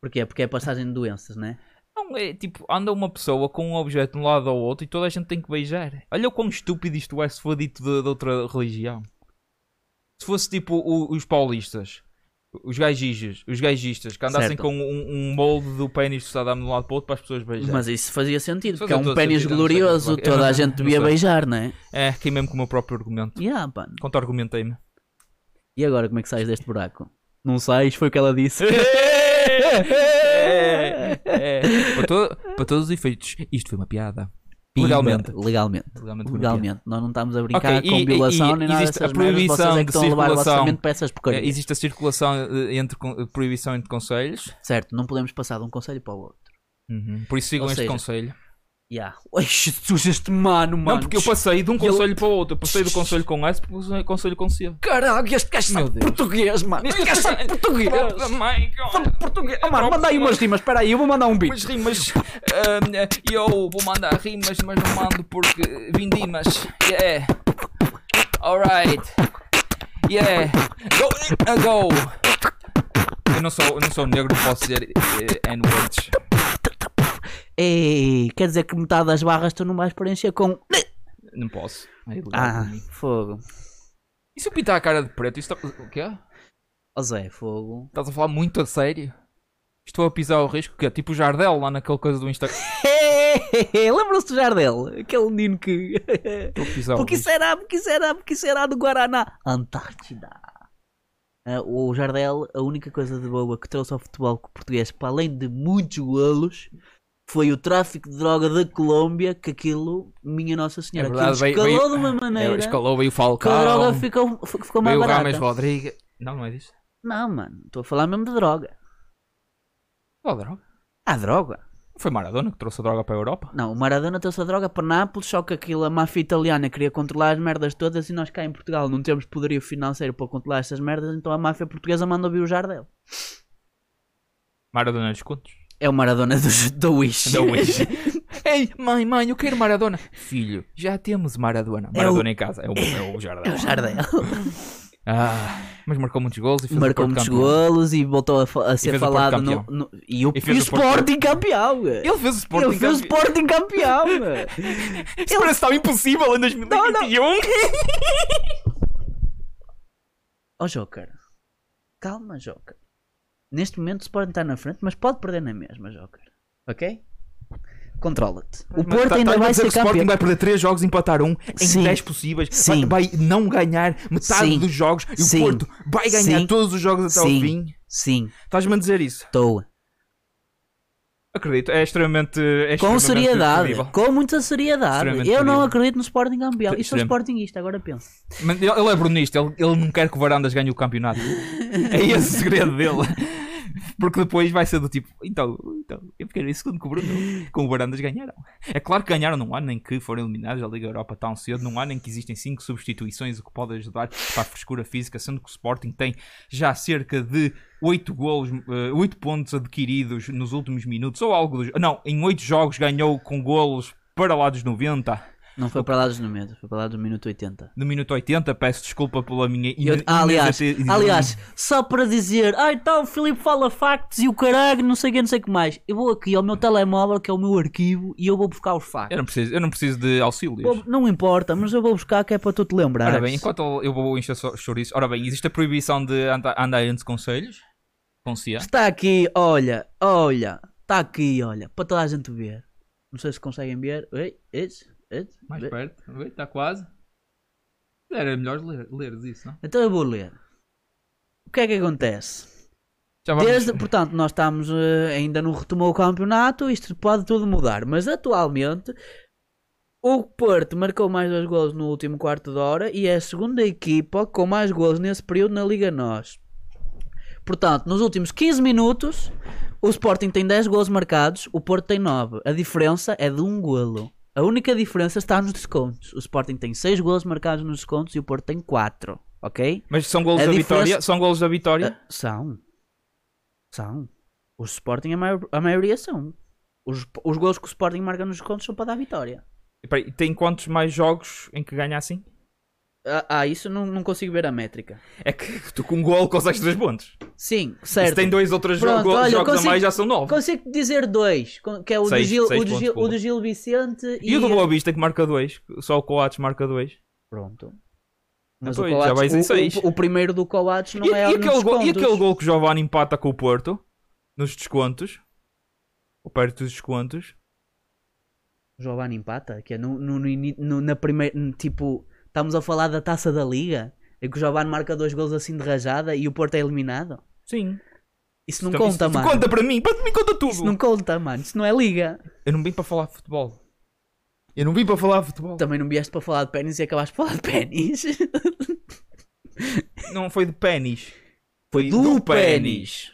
S2: Porquê? Porque é passagem de doenças, né?
S1: Não, é tipo, anda uma pessoa com um objeto de um lado ao outro e toda a gente tem que beijar. Olha o quão estúpido isto é se for dito de, de outra religião. Se fosse tipo o- os paulistas, os gajistas, os gajistas que andassem
S2: Certo.
S1: com um, um molde do pênis do Saddam de um lado para o outro para as pessoas beijarem.
S2: Mas isso fazia sentido,
S1: Isso
S2: porque é
S1: fazia
S2: um
S1: todo
S2: pênis
S1: sentido, não sei como
S2: glorioso,
S1: é que- eu
S2: (laughs) toda a
S1: não-
S2: gente
S1: não
S2: devia
S1: sei.
S2: beijar, né?
S1: É, quem mesmo com o meu próprio argumento.
S2: Yeah, pano.
S1: Contra-argumentei-me.
S2: E agora como é que sais deste buraco? Não sais, foi o que ela (laughs) disse. É.
S1: (laughs) para, to- para todos os efeitos, isto foi uma piada.
S2: Pimba,
S1: Legalmente.
S2: Legalmente.
S1: Legalmente. foi uma piada.
S2: Legalmente, nós não estamos a brincar
S1: Ok,
S2: com
S1: e-
S2: violação
S1: e-
S2: nem nada
S1: existe
S2: dessas
S1: a
S2: merdas, vocês
S1: proibição
S2: é
S1: de
S2: que estão a levar o vosso
S1: circulação.
S2: orçamento para essas
S1: Eh,
S2: porcarias.
S1: Existe a circulação eh, entre con- eh, proibição entre conselhos.
S2: Certo, não podemos passar de um conselho para o outro.
S1: Por isso sigam
S2: Uhum. Ou
S1: este
S2: seja,
S1: conselho.
S2: Ya. (laughs) Ai, Jesus, este mano, mano.
S1: Não, porque eu passei de um
S2: eu-
S1: conselho para o outro. Eu passei do conselho com S para o conselho com C.
S2: Caralho, este gajo sabe
S1: Meu Deus.
S2: português, mano. (laughs) Este gajo sabe português.
S1: Puta mãe, cara.
S2: Sabe português. Oh, mano, manda aí umas rimas, espera aí, eu vou mandar um beat.
S1: Umas rimas. ahm, eh, eu vou mandar rimas, mas não mando porque vim dimas. Yeah. Alright. Yeah. Go, eh, go. Eu não sou, eu não sou negro, não posso dizer eh, N-words.
S2: Ei, É, quer dizer que metade das barras tu não vais preencher com...
S1: Não posso. É ilegal
S2: Ah,
S1: para mim.
S2: fogo.
S1: E se eu pintar a cara de preto? Isso tá... O quê?
S2: (laughs) Ó Zé, fogo.
S1: Estás a falar muito a sério? Estou a pisar o risco que é tipo o Jardel lá naquela coisa do Instagram.
S2: É, Lembram-se do Jardel? Aquele menino que.
S1: Estou a pisar o
S2: porque
S1: risco.
S2: será, porque será, porque será do Guaraná? Antártida. Ah, o Jardel, a única coisa de boa que trouxe ao futebol português, para além de muitos golos, foi o tráfico de droga da Colômbia, que aquilo, minha Nossa Senhora,
S1: É verdade,
S2: aquilo escalou
S1: veio- veio-
S2: de uma maneira
S1: É, escalou, veio o
S2: que a droga
S1: Falcão,
S2: ficou, ficou mais
S1: veio o
S2: barata.
S1: Rames Rodrigues. Não, não é disso.
S2: Não, mano, estou a falar mesmo de droga.
S1: Qual droga?
S2: Há Ah, droga.
S1: Não Foi Maradona que trouxe a droga para a Europa?
S2: Não, o Maradona trouxe a droga para Nápoles, só que aquilo, a máfia italiana queria controlar as merdas todas e nós cá em Portugal não temos poderio financeiro para controlar essas merdas, então a máfia portuguesa manda vir o Jardel.
S1: Maradona dos
S2: (laughs)
S1: contos.
S2: É o Maradona dos, do Wish.
S1: Da Wish. Ei, mãe, mãe, eu quero Maradona. Filho, já temos Maradona. Maradona em casa. É o, é o Jardel.
S2: É o (laughs) Jardel.
S1: Ah, mas marcou muitos gols e fez
S2: Marcou
S1: o Porto
S2: muitos
S1: campeão.
S2: golos e voltou a, fa- a ser
S1: fez o Porto
S2: falado no,
S1: campeão.
S2: no- E o,
S1: E
S2: e
S1: fez
S2: o
S1: o Porto
S2: Sporting campeão.
S1: Ele fez o Sporting.
S2: Ele fez o
S1: campeão.
S2: Sporting campeão.
S1: (laughs) Isso parece tão impossível em 2021.
S2: (laughs) Ó Joker, calma Joker. Neste momento o Sporting está na frente, mas pode perder na mesma Joker. Ok? Controla-te. O
S1: Mas
S2: Porto
S1: tá-
S2: ainda
S1: tá-
S2: vai
S1: dizer
S2: ser
S1: que O Sporting
S2: campeão.
S1: vai perder 3 jogos e empatar um em
S2: Sim.
S1: 10 possíveis. Vai-
S2: Sim.
S1: Vai, não ganhar metade
S2: Sim.
S1: dos jogos. E
S2: Sim.
S1: o Porto vai ganhar
S2: Sim.
S1: todos os jogos até
S2: Sim.
S1: ao fim.
S2: Sim,
S1: Estás-me a dizer isso?
S2: estou.
S1: Acredito. É extremamente. é
S2: Com
S1: extremamente
S2: seriedade.
S1: credível.
S2: Com muita seriedade.
S1: Extremamente
S2: Eu não
S1: credível.
S2: acredito no Sporting campeão. Isto é
S1: Extremo.
S2: Sportingista, agora penso.
S1: Mas ele, ele é brunista, ele, ele não quer que o Varandas ganhe o campeonato. É esse o segredo dele. Porque depois vai ser do tipo, então, então eu fiquei em segundo com o Bruno, com o Varandas ganharam. É claro que ganharam num ano em que foram eliminados da Liga Europa tão cedo, num ano em que existem cinco substituições, o que pode ajudar para a frescura física, sendo que o Sporting tem já cerca de 8 golos, eh, oito pontos adquiridos nos últimos minutos, ou algo dos- Não, em 8 jogos ganhou com golos para lá dos 90.
S2: Não foi para lá dos números, foi para lá do minuto 80.
S1: no minuto 80, peço desculpa pela minha
S2: Eu-
S1: ine-
S2: ah, aliás,
S1: inexati-
S2: aliás, só para dizer, ah, então o Filipe fala factos e o caralho, não sei o que, não sei o que mais. Eu vou aqui ao meu telemóvel, que é o meu arquivo, e eu vou buscar os factos.
S1: Eu não preciso, eu não preciso de auxílios.
S2: Vou- não importa, mas eu vou buscar que é para tu te lembrar.
S1: Ora bem, enquanto eu vou encher só- chouriços. Ora bem, existe a proibição de anda- andar entre conselhos? Conscia.
S2: Está aqui, olha, olha, está aqui, olha, para toda a gente ver. Não sei se conseguem ver. Ei, esse, esse,
S1: Mais
S2: vê.
S1: perto. Vê, Está quase. Era melhor ler, leres isso, não?
S2: Então eu vou ler. O que é que acontece?
S1: Já vamos-
S2: Desde, portanto, nós estamos eh, ainda não retomou o campeonato, isto pode tudo mudar, mas atualmente o Porto marcou mais dois golos no último quarto de hora e é a segunda equipa com mais golos nesse período na Liga Nós. Portanto, nos últimos 15 minutos, o Sporting tem 10 golos marcados, o Porto tem 9. A diferença é de um golo. A única diferença está nos descontos. O Sporting tem 6 golos marcados nos descontos e o Porto tem 4, ok?
S1: Mas são golos
S2: a
S1: da
S2: diferença-
S1: vitória? São golos da vitória?
S2: Ah, São. São. Os Sporting, a, maior- a maioria são. Os, os gols que o Sporting marca nos contos são para dar vitória.
S1: Espera aí, Tem quantos mais jogos em que ganha assim?
S2: Ah, ah, isso não, não consigo ver a métrica.
S1: É que (laughs) tu com um gol consegues 3 pontos.
S2: Sim,
S1: E
S2: certo.
S1: Se tem dois ou três
S2: Pronto,
S1: jogos,
S2: olha,
S1: jogos
S2: consigo-
S1: a mais, já são 9.
S2: Consigo dizer dois, con- que é o, do,
S1: Seis-
S2: Gil,
S1: seis
S2: o, do,
S1: pontos,
S2: Gil, o
S1: desculpa.
S2: do Gil Vicente e,
S1: E o do Boa Vista que marca 2. Só o Coates marca 2.
S2: Pronto. Mas
S1: Ah, Pois,
S2: o,
S1: já
S2: Coates-
S1: vais em
S2: o- o-
S1: seis.
S2: o primeiro do Coates não
S1: E,
S2: é
S1: e
S2: nos
S1: aquele gol, e
S2: descontos.
S1: aquele gol que o Giovanni empata com o Porto nos descontos, ou perto dos descontos,
S2: O Giovanni empata, que é no, no, no ini- no- na primeira. no- Tipo, estamos a falar da taça da liga. É que o Giovanni marca dois gols assim de rajada e o Porto é eliminado.
S1: sim,
S2: Isso não conta,
S1: Então, isso
S2: mano.
S1: conta para mim, para mim conta tudo.
S2: Isso não conta, mano. Isso não é liga.
S1: Eu não vim para falar de futebol, eu não vim para falar de futebol,
S2: Também não vieste para falar de pênis e acabaste de falar de pênis.
S1: não foi de pênis.
S2: Então- Foi
S1: do
S2: pênis.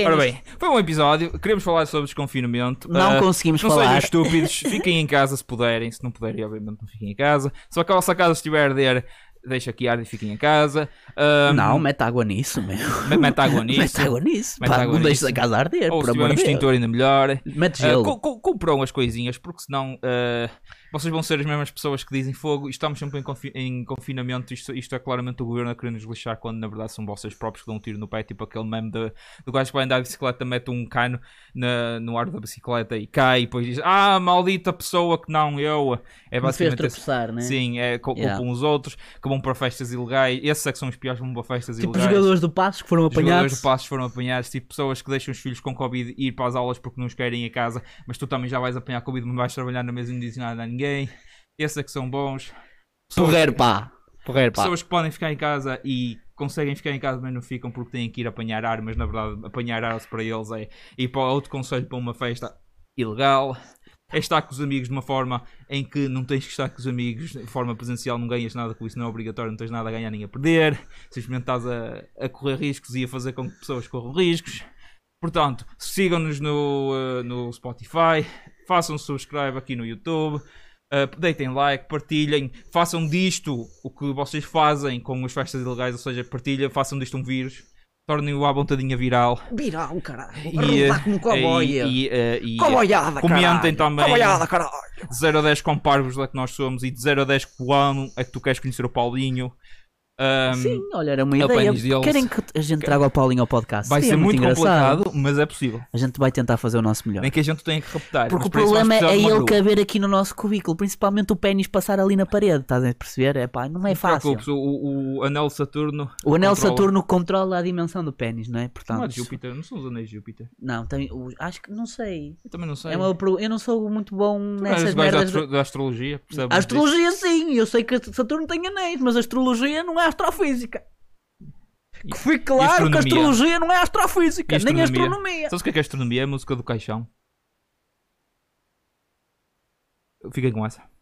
S1: Ora bem, foi um episódio, queremos falar sobre desconfinamento.
S2: Não
S1: Ah,
S2: conseguimos
S1: não sejam
S2: falar.
S1: estúpidos, fiquem em casa se puderem, se não puderem, obviamente não fiquem em casa. Se a vossa casa estiver a arder, deixa que arde e fiquem em casa. Ah,
S2: Não, mete água nisso, meu.
S1: me- Mete água nisso.
S2: Mete água nisso.
S1: Mete
S2: Pá,
S1: água
S2: não deixes
S1: nisso.
S2: a casa arder,
S1: Ou
S2: por
S1: se tiver
S2: amor
S1: um
S2: de Deus.
S1: extintor ainda melhor.
S2: Mete
S1: Ah,
S2: gelo.
S1: co- co- compram as coisinhas, porque senão eh, vocês vão ser as mesmas pessoas que dizem fogo, estamos sempre em, confi- em confinamento, isto, isto é claramente o governo a querer nos lixar, quando na verdade são vocês próprios que dão um tiro no pé, tipo aquele meme de, do gajo que vai andar de bicicleta, mete um cano na- no ar da bicicleta e cai, e depois diz, ah, maldita pessoa que não, eu. É
S2: Me fez
S1: basicamente esse-
S2: tropeçar, né?
S1: Sim, é, co-
S2: Yeah.
S1: culpam os outros, que vão para festas ilegais. Esses é que são os piores, vão para festas
S2: Tipo os
S1: ilegais.
S2: jogadores do Passos que foram
S1: Os jogadores
S2: apanhados.
S1: de passos foram apanhados, tipo pessoas que deixam os filhos com Covid ir para as aulas porque não os querem a casa, mas tu também já vais apanhar Covid, mas vais trabalhar na mesa e não dizes nada a ninguém. Esses é que são bons.
S2: Porreiro, pá. Porreiro, pá.
S1: Pessoas que podem ficar em casa e conseguem ficar em casa, mas não ficam porque têm que ir apanhar ar, mas na verdade apanhar ar para eles é ir para outro conselho para uma festa ilegal. É estar com os amigos de uma forma em que não tens que estar com os amigos de forma presencial, não ganhas nada com isso, não é obrigatório, não tens nada a ganhar nem a perder, simplesmente estás a, a correr riscos e a fazer com que pessoas corram riscos. Portanto, sigam-nos no, eh, no Spotify, façam subscribe aqui no YouTube, eh, deitem like, partilhem, façam disto o que vocês fazem com as festas ilegais, ou seja, partilha, façam disto um vírus, tornem-o à vontadinha viral.
S2: Viral, caralho.
S1: E, eh,
S2: Arredar como um cowboy.
S1: e, eh, e, eh,
S2: Coboiada,
S1: comentem também.
S2: Coboiada, caralho.
S1: 0 a 10 quão parvos é que nós somos e de 0 a 10 quão é que tu queres conhecer o Paulinho. Ahm,
S2: Sim, olha, era uma ideia.
S1: apanhos deles.
S2: Querem que a gente traga o Paulinho ao podcast?
S1: vai
S2: Sim,
S1: ser
S2: é
S1: muito,
S2: engraçado.
S1: complicado, mas é possível.
S2: A gente vai tentar fazer o nosso melhor.
S1: Nem que a gente tenha que raptar.
S2: Porque
S1: mas
S2: o
S1: para isso vais
S2: problema
S1: precisar
S2: é
S1: de uma
S2: ele
S1: grua.
S2: caber aqui no nosso cubículo, principalmente o pênis passar ali na parede, estás a perceber? É pá, não é
S1: Não te
S2: fácil.
S1: preocupes, o, o anel de Saturno.
S2: O anel de
S1: controla.
S2: Saturno controla a dimensão do pênis, não é? Portanto,
S1: Não é de Júpiter, não são os anéis de Júpiter.
S2: não, tem, o- acho que não sei.
S1: Eu também não sei.
S2: É uma pro- eu não sou muito bom
S1: Tu és
S2: nessas
S1: gajo da,
S2: merdas.
S1: astro-
S2: de-
S1: da astrologia, percebes?
S2: A astrologia sim, eu sei que Saturno tem anéis, mas a astrologia não é astrofísica.
S1: E-
S2: Que fique claro que
S1: astronomia?
S2: a astrologia não é astrofísica,
S1: E
S2: nem a
S1: astronomia?
S2: astronomia.
S1: Sabes o que é que é astronomia? É a música do caixão. Fiquem com essa.